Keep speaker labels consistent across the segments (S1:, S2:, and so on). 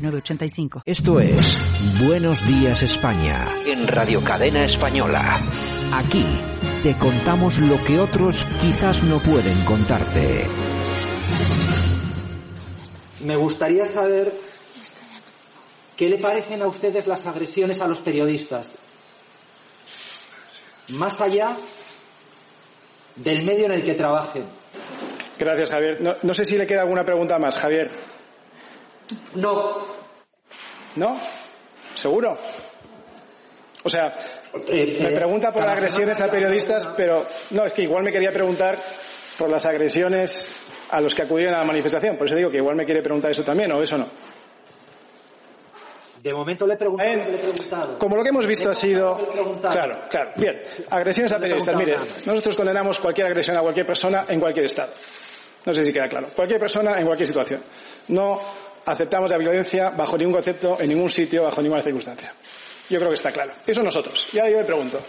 S1: 985.
S2: Esto es Buenos Días España
S3: en Radio Cadena Española.
S2: Aquí te contamos lo que otros quizás no pueden contarte.
S4: Me gustaría saber qué le parecen a ustedes las agresiones a los periodistas. Más allá del medio en el que trabajen.
S5: Gracias, Javier. No, no sé si le queda alguna pregunta más, Javier.
S4: No.
S5: ¿No? ¿Seguro? O sea,
S4: Eh,
S5: me pregunta por agresiones a periodistas, pero no, es que igual me quería preguntar por las agresiones a los que acudieron a la manifestación. Por eso digo que igual me quiere preguntar eso también, o eso no.
S4: De momento le he preguntado. Eh, le he preguntado.
S5: Como lo que hemos visto ha sido. Claro, claro. Bien, agresiones a periodistas. Mire, nosotros condenamos cualquier agresión a cualquier persona en cualquier estado. No sé si queda claro. Cualquier persona en cualquier situación. No aceptamos la violencia bajo ningún concepto, en ningún sitio, bajo ninguna circunstancia. Yo creo que está claro. Eso nosotros. Y ahora yo me pregunto,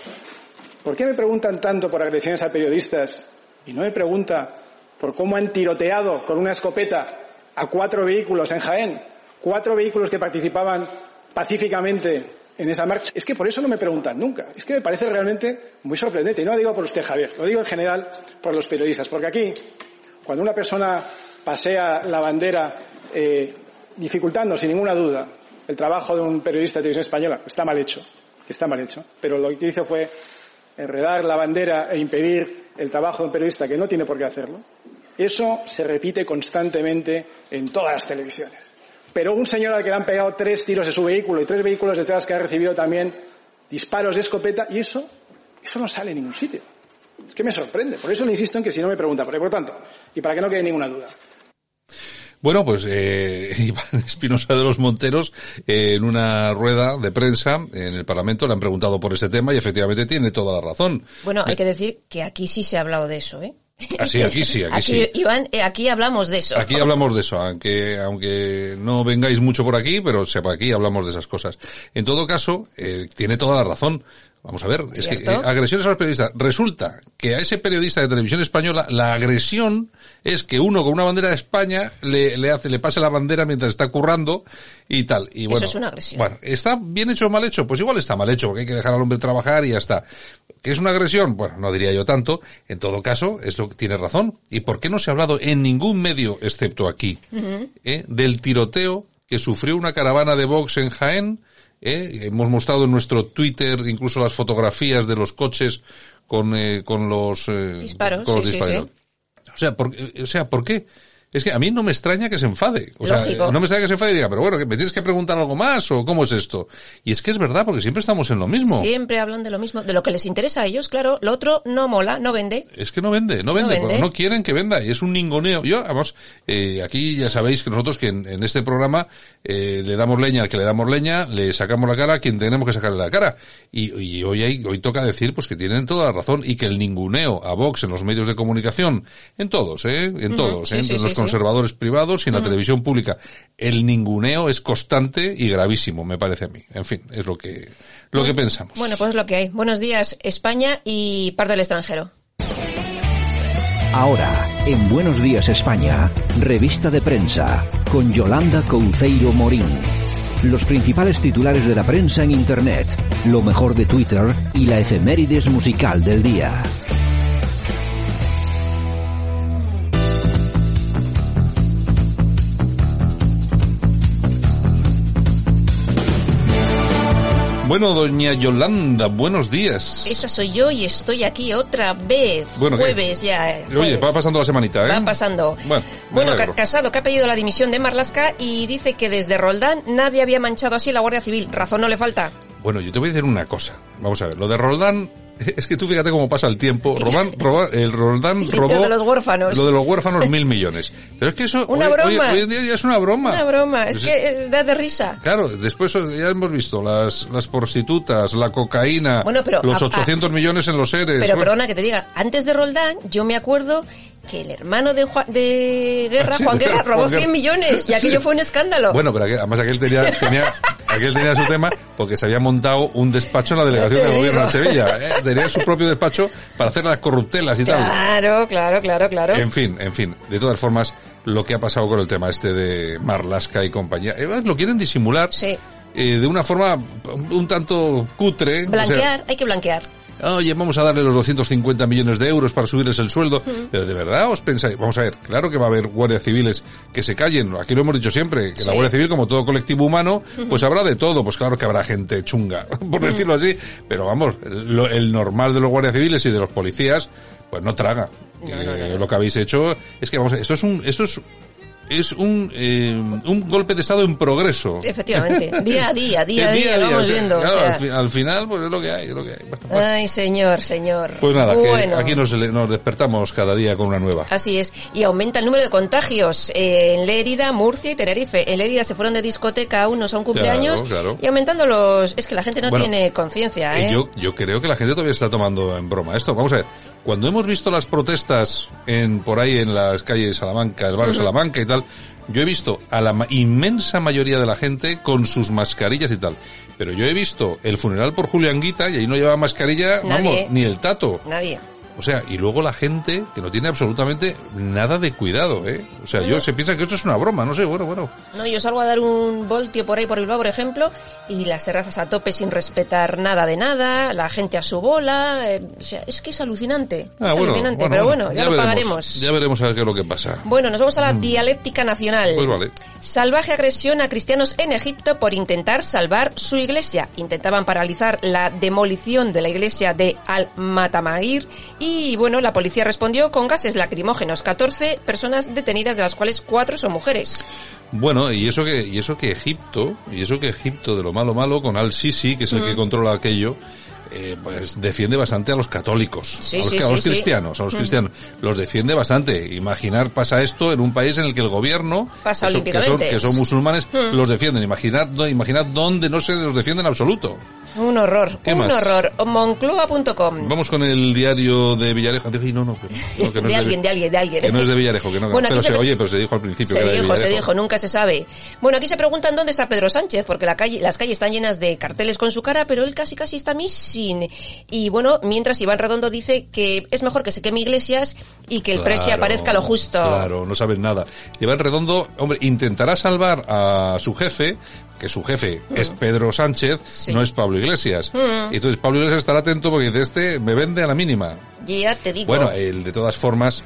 S5: ¿por qué me preguntan tanto por agresiones a periodistas y no me pregunta por cómo han tiroteado con una escopeta a cuatro vehículos en Jaén? Cuatro vehículos que participaban pacíficamente en esa marcha. Es que por eso no me preguntan nunca. Es que me parece realmente muy sorprendente. Y no lo digo por usted, Javier, lo digo en general por los periodistas. Porque aquí, cuando una persona pasea la bandera eh, dificultando sin ninguna duda el trabajo de un periodista de televisión española. Está mal hecho, que está mal hecho. Pero lo que hizo fue enredar la bandera e impedir el trabajo de un periodista que no tiene por qué hacerlo. Eso se repite constantemente en todas las televisiones. Pero un señor al que le han pegado tres tiros de su vehículo y tres vehículos detrás que ha recibido también disparos de escopeta y eso, eso no sale en ningún sitio. Es que me sorprende. Por eso le insisto en que si no me pregunta, por, ahí, por tanto, y para que no quede ninguna duda.
S6: Bueno, pues eh, Iván Espinosa de los Monteros, eh, en una rueda de prensa en el Parlamento, le han preguntado por ese tema y efectivamente tiene toda la razón.
S7: Bueno, hay que decir que aquí sí se ha hablado de eso, ¿eh?
S6: Así, aquí Ah, sí, aquí, sí.
S7: Aquí, Iván, eh, aquí hablamos de eso.
S6: Aquí hablamos de eso, aunque, aunque no vengáis mucho por aquí, pero sepa, aquí hablamos de esas cosas. En todo caso, eh, tiene toda la razón. Vamos a ver, es que eh, agresiones a los periodistas. Resulta que a ese periodista de televisión española la agresión es que uno con una bandera de España le, le hace, le pase la bandera mientras está currando y tal. Y bueno,
S7: Eso es una agresión.
S6: Bueno, ¿está bien hecho o mal hecho? Pues igual está mal hecho porque hay que dejar al hombre trabajar y ya está. ¿Que es una agresión? Bueno, no diría yo tanto. En todo caso, esto tiene razón. ¿Y por qué no se ha hablado en ningún medio, excepto aquí, uh -huh. eh, del tiroteo que sufrió una caravana de Vox en Jaén? Eh, hemos mostrado en nuestro Twitter incluso las fotografías de los coches con, eh, con los eh,
S7: disparos.
S6: Con los
S7: sí, disparos. Sí,
S6: sí. O, sea, por, o sea, ¿por qué? Es que a mí no me extraña que se enfade. O Lógico. sea, no me extraña que se enfade y diga, pero bueno, ¿me tienes que preguntar algo más o cómo es esto? Y es que es verdad, porque siempre estamos en lo mismo.
S7: Siempre hablan de lo mismo, de lo que les interesa a ellos, claro. Lo otro no mola, no vende.
S6: Es que no vende, no vende, no, vende. no quieren que venda. Y es un ningoneo. Yo, además, eh, aquí ya sabéis que nosotros que en, en este programa eh, le damos leña al que le damos leña, le sacamos la cara a quien tenemos que sacarle la cara. Y, y hoy, hay, hoy toca decir pues que tienen toda la razón y que el ninguneo a Vox en los medios de comunicación, en todos, ¿eh? En todos, uh -huh. ¿eh? Sí, en sí, los sí, conservadores privados y en uh -huh. la televisión pública. El ninguneo es constante y gravísimo, me parece a mí. En fin, es lo que, lo que pensamos.
S7: Bueno, pues es lo que hay. Buenos días, España y parte del extranjero.
S2: Ahora, en Buenos Días España, revista de prensa, con Yolanda Conceiro Morín. Los principales titulares de la prensa en Internet, lo mejor de Twitter y la efemérides musical del día.
S6: Bueno, doña Yolanda, buenos días.
S7: Esa soy yo y estoy aquí otra vez.
S6: Bueno,
S7: jueves ¿qué? ya.
S6: Jueves. Oye, va pasando la semanita, ¿eh?
S7: Va pasando.
S6: Bueno,
S7: bueno ca Casado, que ha pedido la dimisión de Marlasca y dice que desde Roldán nadie había manchado así la Guardia Civil. Razón no le falta.
S6: Bueno, yo te voy a decir una cosa. Vamos a ver, lo de Roldán Es que tú fíjate cómo pasa el tiempo. Roban, roba- el Roldán robó...
S7: Lo de los huérfanos.
S6: Lo de los huérfanos, mil millones. Pero es que eso...
S7: Una
S6: hoy, hoy-
S7: broma.
S6: hoy en día ya es una broma.
S7: Una broma, es
S6: Pues
S7: que eh, da de risa.
S6: Claro, después ya hemos visto las, las prostitutas, la cocaína,
S7: Bueno, pero
S6: los
S7: a-
S6: 800 millones en los seres.
S7: Pero perdona que te diga, antes de Roldán, yo me acuerdo que el hermano de, Juan- de Guerra,
S6: Ah, Sí,
S7: Juan
S6: de
S7: Guerra,
S6: Guerra,
S7: robó
S6: Juan Guerra.
S7: 100 millones y aquello
S6: Sí.
S7: fue un escándalo.
S6: Bueno, pero aquel- además aquel tenía, tenía, aquel tenía su tema porque se había montado un despacho en la delegación
S7: Ya te
S6: del gobierno de
S7: digo.
S6: Sevilla. ¿eh? Tenía su propio despacho para hacer las corruptelas y tal.
S7: claro, claro, claro, claro.
S6: En fin, en fin. De todas formas, lo que ha pasado con el tema este de Marlaska y compañía, además lo quieren disimular
S7: Sí.
S6: eh, de una forma un tanto cutre. o sea,
S7: Blanquear, hay que blanquear.
S6: Oye, vamos a darle los 250 millones de euros para subirles el sueldo. Pero de verdad os pensáis, vamos a ver, claro que va a haber guardias civiles que se callen. Aquí lo hemos dicho siempre, que la
S7: Sí.
S6: Guardia Civil, como todo colectivo humano, pues habrá de todo. Pues claro que habrá gente chunga, por decirlo así. Pero vamos, lo- el normal de los guardias civiles y de los policías, pues no traga. Eh, Lo que habéis hecho es que vamos, a- esto es un, esto es, es un, eh, un golpe de estado en progreso.
S7: Efectivamente, día a día, día a
S6: El
S7: día,
S6: o
S7: vamos
S6: sea,
S7: viendo. o
S6: claro,
S7: sea.
S6: al, fi- al final, pues es lo que hay, es lo que hay. Bueno, bueno.
S7: Ay, señor, señor.
S6: Pues nada,
S7: bueno.
S6: que aquí nos, nos despertamos cada día con una nueva.
S7: Así es. Y aumenta el número de contagios eh, en Lérida, Murcia y Tenerife. En Lérida se fueron de discoteca a unos a un cumpleaños
S6: Claro, claro.
S7: y aumentando los... Es que la gente no
S6: Bueno,
S7: tiene conciencia,
S6: Eh,
S7: ¿eh?
S6: Yo, yo creo que la gente todavía está tomando en broma esto. Vamos a ver, cuando hemos visto las protestas en por ahí en las calles de Salamanca, el barrio Salamanca y tal, yo he visto a la ma- inmensa mayoría de la gente con sus mascarillas y tal. Pero yo he visto el funeral por Julián Guita y ahí no llevaba mascarilla,
S7: Nadie.
S6: vamos, ni el tato.
S7: Nadie.
S6: O sea, y luego la gente que no tiene absolutamente nada de cuidado, ¿eh? O sea, yo se piensa que esto es una broma, no sé, bueno, bueno.
S7: No, yo salgo a dar un voltio por ahí por Bilbao, por ejemplo, y las terrazas a tope sin respetar nada de nada, la gente a su bola, eh, o sea, es que es alucinante,
S6: Ah,
S7: es alucinante, pero bueno, ya, lo
S6: veremos,
S7: pagaremos.
S6: Ya veremos a ver qué es lo que pasa.
S7: Bueno, nos vamos a la dialéctica nacional.
S6: Pues vale.
S7: Salvaje agresión a cristianos en Egipto por intentar salvar su iglesia. Intentaban paralizar la demolición de la iglesia de Al-Matamahir y, bueno, la policía respondió con gases lacrimógenos. 14 personas detenidas, de las cuales 4 son mujeres.
S6: Bueno, y eso que y eso que Egipto, y eso que Egipto de lo malo malo con Al Sisi, que es
S7: Mm.
S6: el que controla aquello, eh, pues defiende bastante a los católicos,
S7: Sí,
S6: a los,
S7: sí,
S6: a
S7: sí, Mm.
S6: los
S7: sí.
S6: cristianos, a los cristianos, los defiende bastante. Imaginar pasa esto en un país en el que el gobierno
S7: Pasa
S6: que son, que son-
S7: olímpicamente. Mm.
S6: que son musulmanes los defienden. Imaginad, do- imaginad dónde no se los defiende en absoluto.
S7: Un horror,
S6: ¿Qué
S7: un
S6: más?
S7: horror. Moncloa.com.
S6: Vamos con el diario de Villarejo. Ay, no, no, que no, no, que no
S7: Mm. de
S6: es
S7: alguien, de alguien, de alguien.
S6: Que no es de Villarejo, que no. que no.
S7: Bueno, aquí
S6: pero
S7: se
S6: se,
S7: pre-
S6: oye, pero se dijo al principio
S7: Se
S6: que era de
S7: dijo, se
S6: Villarejo.
S7: dijo, nunca se sabe. Bueno, aquí se preguntan dónde está Pedro Sánchez, porque la calle, las calles están llenas de carteles con su cara, pero él casi casi está missing. Y bueno, mientras Iván Redondo dice que es mejor que se queme iglesias y que el
S6: Claro,
S7: presi aparezca lo justo.
S6: Claro, no saben nada. Iván Redondo, hombre, intentará salvar a su jefe, que su jefe es Pedro Sánchez,
S7: Mm. Sí. Mm.
S6: no es Pablo Iglesias. Y Entonces Pablo Iglesias estará atento porque dice, este me vende a la mínima.
S7: Ya te digo.
S6: Bueno, eh, el, de todas formas,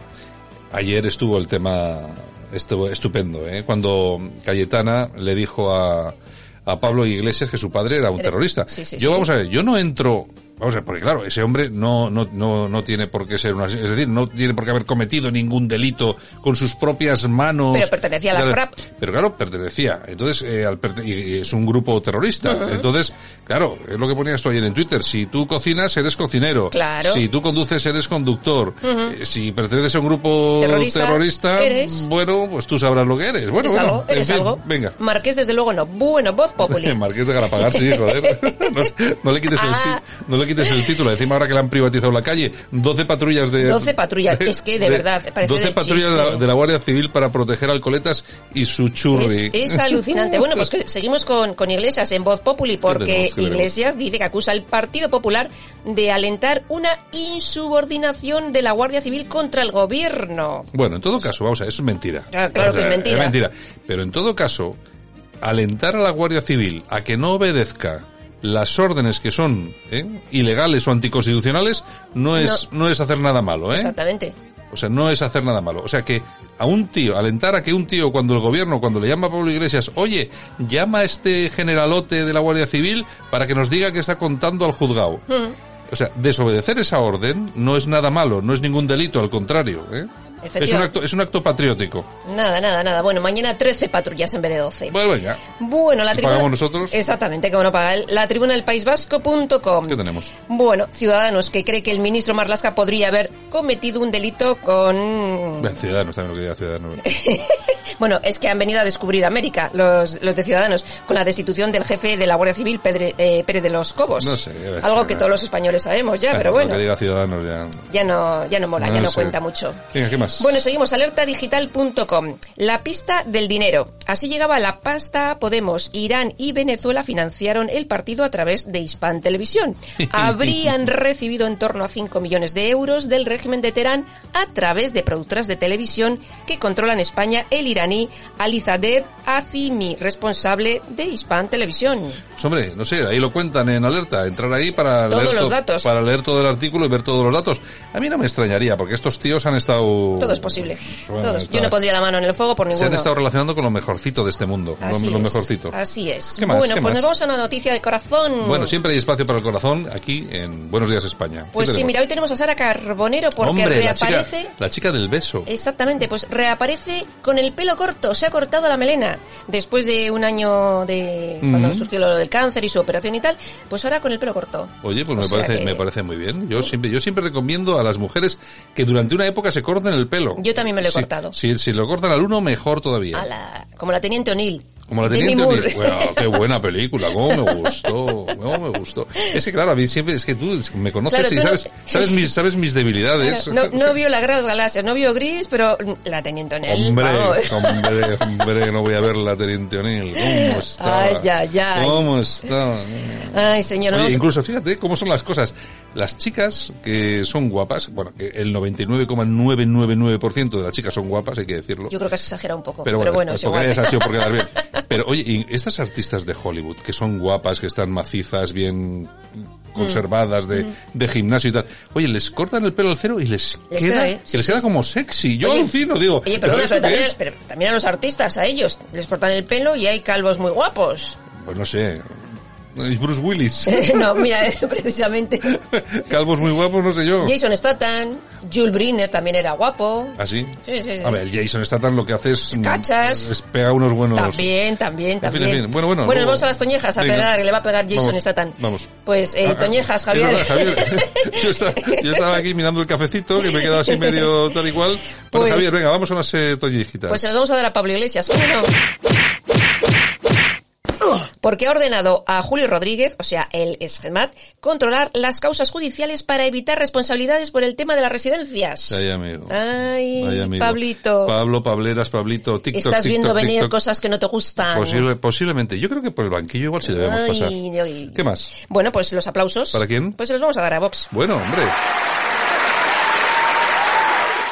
S6: ayer estuvo el tema estuvo estupendo, ¿eh? cuando Cayetana le dijo a, a Pablo Iglesias que su padre era un
S7: Era-
S6: terrorista.
S7: sí, sí,
S6: yo
S7: sí.
S6: vamos a ver, yo no entro, vamos a ver, porque claro, ese hombre no no no no tiene por qué ser una, es decir, no tiene por qué haber cometido ningún delito con sus propias manos.
S7: Pero pertenecía a las
S6: Ya,
S7: FRAP.
S6: Pero claro, pertenecía. Entonces, eh, al perte- y- y es un grupo terrorista. Entonces, claro, es lo que ponías tú ayer en Twitter. Si tú cocinas, eres cocinero.
S7: Claro.
S6: Si tú conduces, eres conductor. Eh, Si perteneces a un grupo terrorista,
S7: Terrorista, eres.
S6: bueno, pues tú sabrás lo que eres. Bueno,
S7: eres
S6: bueno,
S7: algo,
S6: en
S7: eres
S6: fin,
S7: algo.
S6: Venga.
S7: Marqués, desde luego no. Bueno, voz populi.
S6: Marqués de Galapagar, sí, joder. No, no le quites el
S7: Ah.
S6: ti- no le quites el título. Encima ahora que le han privatizado la calle, 12 patrullas de...
S7: 12 patrullas, es que de verdad, parece
S6: 12
S7: de
S6: patrullas de
S7: chiste.
S6: la, de la Guardia Civil para proteger al Coletas y su churri.
S7: Es, es alucinante. Bueno, pues que seguimos con, con Iglesias en Voz Populi, porque
S6: ¿Qué tenemos? ¿Qué tenemos?
S7: Iglesias dice que acusa al Partido Popular de alentar una insubordinación de la Guardia Civil contra el gobierno.
S6: Bueno, en todo caso, vamos a ver, eso es mentira.
S7: Ah, claro
S6: O sea,
S7: que es mentira.
S6: Pero en todo caso, alentar a la Guardia Civil a que no obedezca las órdenes que son ¿eh? ilegales o anticonstitucionales no es no, es hacer nada malo, ¿eh?
S7: Exactamente.
S6: O sea, no es hacer nada malo. O sea, que a un tío, alentar a que un tío, cuando el gobierno, cuando le llama a Pablo Iglesias, oye, llama a este generalote de la Guardia Civil para que nos diga que está contando al juzgado.
S7: Mm.
S6: O sea, desobedecer esa orden no es nada malo, no es ningún delito, al contrario. ¿eh? Es un, acto, es un acto patriótico.
S7: Nada, nada, nada. Bueno, mañana 13 patrullas en vez de 12.
S6: Bueno, venga.
S7: Bueno, la
S6: Si
S7: tribuna...
S6: pagamos nosotros.
S7: Exactamente, que bueno paga él. La tribuna del País Vasco.com.
S6: ¿Qué tenemos?
S7: Bueno, ciudadanos que cree que el ministro Marlasca podría haber cometido un delito con...
S6: Ven, Ciudadanos, también lo que diga Ciudadanos.
S7: Bueno, es que han venido a descubrir América, los, los de Ciudadanos, con la destitución del jefe de la Guardia Civil, Pedre- eh, Pérez de los Cobos.
S6: No sé, ya ves,
S7: Algo
S6: ya.
S7: que todos los españoles sabemos ya, pero
S6: Lo
S7: bueno.
S6: que diga Ciudadanos ya.
S7: Ya no, ya no mola, ya no
S6: sé.
S7: cuenta mucho.
S6: Venga, ¿qué más?
S7: Bueno, seguimos. Alertadigital.com. La pista del dinero. Así llegaba la pasta a Podemos. Irán y Venezuela financiaron el partido a través de Hispan Televisión. Habrían recibido en torno a 5 millones de euros del régimen de Teherán a través de productoras de televisión que controlan España el iraní Alizadeh Azimi, responsable de Hispan Televisión.
S6: Pues, hombre, no sé, ahí lo cuentan en alerta. Entrar ahí para,
S7: Todos
S6: leer
S7: los
S6: to-
S7: datos.
S6: para leer todo el artículo y ver todos los datos. A mí no me extrañaría, porque estos tíos han estado...
S7: Todo es posible.
S6: Bueno,
S7: Todos. Yo
S6: está-
S7: no pondría la mano en el fuego por
S6: Se
S7: ninguno.
S6: han estado relacionando con lo mejorcito de este mundo. Lo,
S7: Así
S6: lo
S7: es,
S6: mejorcito.
S7: Así es.
S6: ¿Qué más?
S7: Bueno,
S6: ¿Qué
S7: pues
S6: más?
S7: nos vamos a una noticia de corazón.
S6: Bueno, siempre hay espacio para el corazón aquí en Buenos Días España. ¿Qué
S7: Pues sí,
S6: tenemos?
S7: mira, hoy tenemos a Sara Carbonero porque
S6: Hombre, la chica,
S7: reaparece.
S6: la chica del beso.
S7: Exactamente, pues reaparece con el pelo corto, se ha cortado la melena. Después de un año de cuando
S6: Ujú.
S7: surgió lo del cáncer y su operación y tal, pues ahora con el pelo corto.
S6: Oye, pues
S7: O
S6: me
S7: sea
S6: parece,
S7: que-
S6: me parece muy bien. Yo siempre, yo siempre recomiendo a las mujeres que durante una época se corten el pelo.
S7: Yo también me lo he
S6: Si-
S7: cortado.
S6: Si, si lo cortan al uno, mejor todavía.
S7: a la- como la teniente O'Neill.
S6: Como la
S7: Demi
S6: teniente
S7: Moore.
S6: O'Neill. Bueno, qué buena película, cómo me gustó, cómo me gustó. Es que claro, a mí siempre, es que tú me conoces
S7: Claro,
S6: y
S7: tú no-
S6: sabes, sabes mis, sabes mis debilidades.
S7: No, no vio la gran galaxia, no vio gris, pero la teniente O'Neill.
S6: Hombre,
S7: vamos.
S6: hombre, hombre, no voy a ver la Teniente O'Neill. ¿Cómo está?
S7: Ay, ay, ay.
S6: ¿Cómo está?
S7: Ay, señor,
S6: Oye,
S7: vamos-
S6: incluso fíjate cómo son las cosas. Las chicas que son guapas, bueno, que el 99,999% de las chicas son guapas, hay que decirlo.
S7: yo creo que se exagera un poco.
S6: Pero bueno,
S7: es
S6: porque
S7: igual.
S6: hayas sido por quedar bien. Pero oye, y estas artistas de Hollywood, que son guapas, que están macizas, bien conservadas,
S7: Mm.
S6: de, de gimnasio y tal, oye, les cortan el pelo al cero y les,
S7: Les
S6: queda,
S7: queda, ¿eh?
S6: que les queda como sexy. Yo
S7: Oye,
S6: alucino, digo.
S7: Oye, perdona,
S6: ¿esto
S7: pero
S6: qué
S7: también,
S6: es?
S7: pero también a los artistas, a ellos. Les cortan el pelo y hay calvos muy guapos.
S6: Pues no sé. Y Bruce Willis.
S7: no, mira, precisamente.
S6: Calvos muy guapos, no sé yo.
S7: Jason Statham, Jules Briner también era guapo.
S6: ¿Así?
S7: Sí, sí, sí.
S6: ¿Ah, A ver, el Jason Statham lo que hace es... mm,
S7: Cachas.
S6: es pega unos buenos...
S7: También, también,
S6: En fin,
S7: también.
S6: en fin. Bueno, bueno, luego-
S7: vamos a las toñejas a
S6: Venga.
S7: pegar, que le va a pegar Jason
S6: Vamos,
S7: Statham.
S6: vamos.
S7: Pues, eh,
S6: Ah, ah,
S7: toñejas,
S6: es
S7: Javier.
S6: verdad, Javier. yo, estaba, yo estaba aquí mirando el cafecito, que me he quedado así medio tal y cual. Bueno,
S7: Pues-
S6: Javier, venga, vamos a unas eh, toñijitas.
S7: Pues se las vamos a dar a Pablo Iglesias. ¿cómo no? Porque ha ordenado a Julio Rodríguez, o sea, el esgemat, controlar las causas judiciales para evitar responsabilidades por el tema de las residencias.
S6: Ay, amigo.
S7: Ay,
S6: Ay, amigo.
S7: Pablito.
S6: Pablo, Pableras, Pablito, TikTok,
S7: Estás
S6: TikTok,
S7: viendo venir
S6: TikTok.
S7: cosas que no te gustan.
S6: Posible- posiblemente. Yo creo que por el banquillo igual sí debemos
S7: Ay,
S6: pasar.
S7: ay.
S6: ¿Qué más?
S7: Bueno, pues los aplausos.
S6: ¿Para quién?
S7: Pues se los vamos a dar a Vox.
S6: Bueno, hombre.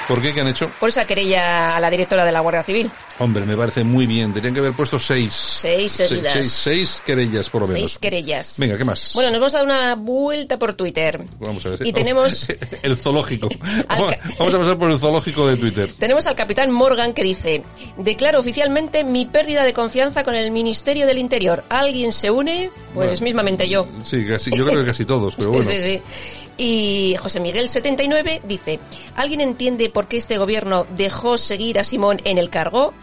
S6: ¿Por qué? ¿Qué han hecho?
S7: Por esa querella a la directora de la Guardia Civil.
S6: Hombre, me parece muy bien. Tenían que haber puesto seis.
S7: Seis
S6: Se-
S7: seguidas.
S6: Seis, seis querellas, por lo menos.
S7: Seis querellas.
S6: Venga, ¿qué más?
S7: Bueno, nos vamos a dar una vuelta por Twitter.
S6: Vamos a ver.
S7: Y tenemos...
S6: El zoológico.
S7: Al ca-
S6: Vamos a pasar por el zoológico de Twitter.
S7: Tenemos al capitán Morgan que dice, declaro oficialmente mi pérdida de confianza con el Ministerio del Interior. ¿Alguien se une? Pues
S6: Bueno.
S7: mismamente yo.
S6: Sí, casi, yo creo que casi todos, pero bueno.
S7: Sí, sí, sí. Y José Miguel 79 dice, ¿alguien entiende por qué este gobierno dejó seguir a Simón en el cargo?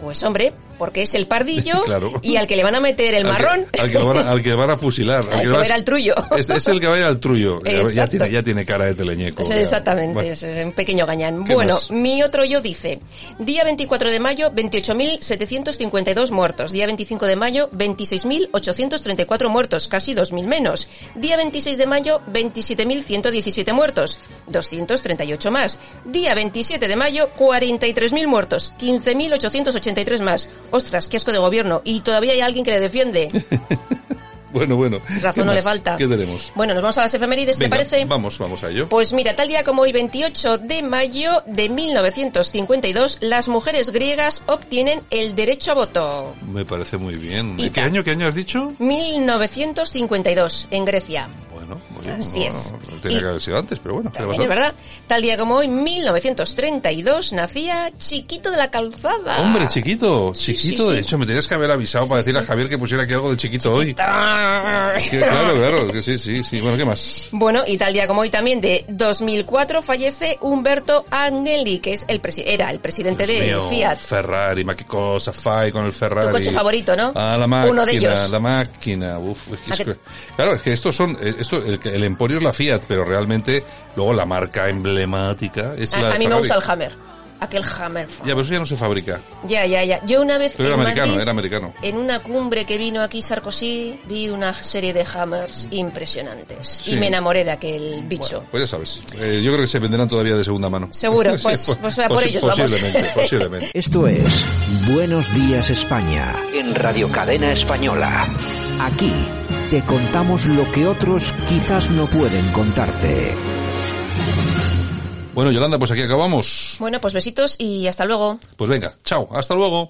S7: Pues hombre, porque es el pardillo
S6: Claro.
S7: y al que le van a meter el
S6: Al que-
S7: marrón.
S6: Al que, lo van a, al que van a fusilar.
S7: Al que
S6: vas-
S7: verá el trullo.
S6: Es, es el que va a ir al trullo. Ya- Ya,
S7: Exacto.
S6: tiene, ya tiene cara de teleñeco.
S7: Sí,
S6: ya.
S7: exactamente,
S6: Bueno,
S7: es es un pequeño gañán.
S6: ¿Qué
S7: Bueno,
S6: más?
S7: mi otro yo dice, día 24 de mayo, 28.752 muertos. Día 25 de mayo, 26.834 muertos, casi 2.000 menos. Día 26 de mayo, 27.117 muertos, 238 más. Día 27 de mayo, 43.000 muertos, 15.883 más. Ostras, qué asco de gobierno. Y todavía hay alguien que le defiende.
S6: bueno, bueno. ¿Qué
S7: Razón no
S6: más?
S7: le falta.
S6: ¿Qué tenemos?
S7: Bueno, nos vamos a las efemérides,
S6: Venga,
S7: ¿te parece?
S6: Vamos, vamos a ello.
S7: Pues mira, tal día como hoy 28 de mayo de 1952, las mujeres griegas obtienen el derecho a voto.
S6: Me parece muy bien.
S7: Y
S6: ¿Qué
S7: ta-
S6: año, qué año has dicho?
S7: 1952, en Grecia.
S6: Bueno, muy sé,
S7: Así
S6: no-
S7: es.
S6: no tenía
S7: Y-
S6: que haber sido antes, pero bueno. ¿qué le
S7: También
S6: va a
S7: es
S6: hacer?
S7: verdad. Tal día como hoy, 1932, nacía Chiquito de la Calzada.
S6: Hombre, chiquito,
S7: Sí, sí,
S6: chiquito, de
S7: sí.
S6: hecho, me tenías que haber avisado para decirle a Javier que pusiera aquí algo de chiquito hoy. Que- claro, claro, que sí, sí, sí. Bueno, ¿qué más?
S7: Bueno, y tal día como hoy también, de 2004, fallece Humberto Agnelli, que es el presi- era el presidente
S6: Dios
S7: de
S6: mío,
S7: Fiat.
S6: Ferrari, ma, qué cosa, Fai con el Ferrari.
S7: Tu coche favorito, ¿no?
S6: Ah, la máquina,
S7: Uno de ellos.
S6: la máquina, uf, es que es
S7: Maque-
S6: que- claro, es que estos son, eh, esto, el, el emporio es la Fiat, pero realmente luego la marca emblemática es
S7: A,
S6: la
S7: a mí me
S6: Ferrari.
S7: gusta el Hammer. Aquel Hammer.
S6: Ya, pero eso ya no se fabrica.
S7: Ya, ya, ya. Yo una vez
S6: Pero era
S7: en
S6: americano,
S7: Madrid,
S6: era americano.
S7: en una cumbre que vino aquí Sarkozy, vi una serie de Hammers impresionantes.
S6: Sí.
S7: Y me enamoré de aquel bicho.
S6: Pues ya sabes, eh, yo creo que se venderán todavía de segunda mano.
S7: Seguro,
S6: Sí,
S7: pues-
S6: po-
S7: pues a por
S6: posi-
S7: ellos, vamos.
S6: Posiblemente, posiblemente.
S2: Esto es Buenos Días España.
S3: En Radio Cadena Española.
S2: Aquí te contamos lo que otros quizás no pueden contarte.
S6: Bueno, Yolanda, pues aquí acabamos.
S7: Bueno, pues besitos y hasta luego.
S6: Pues venga, chao, hasta luego.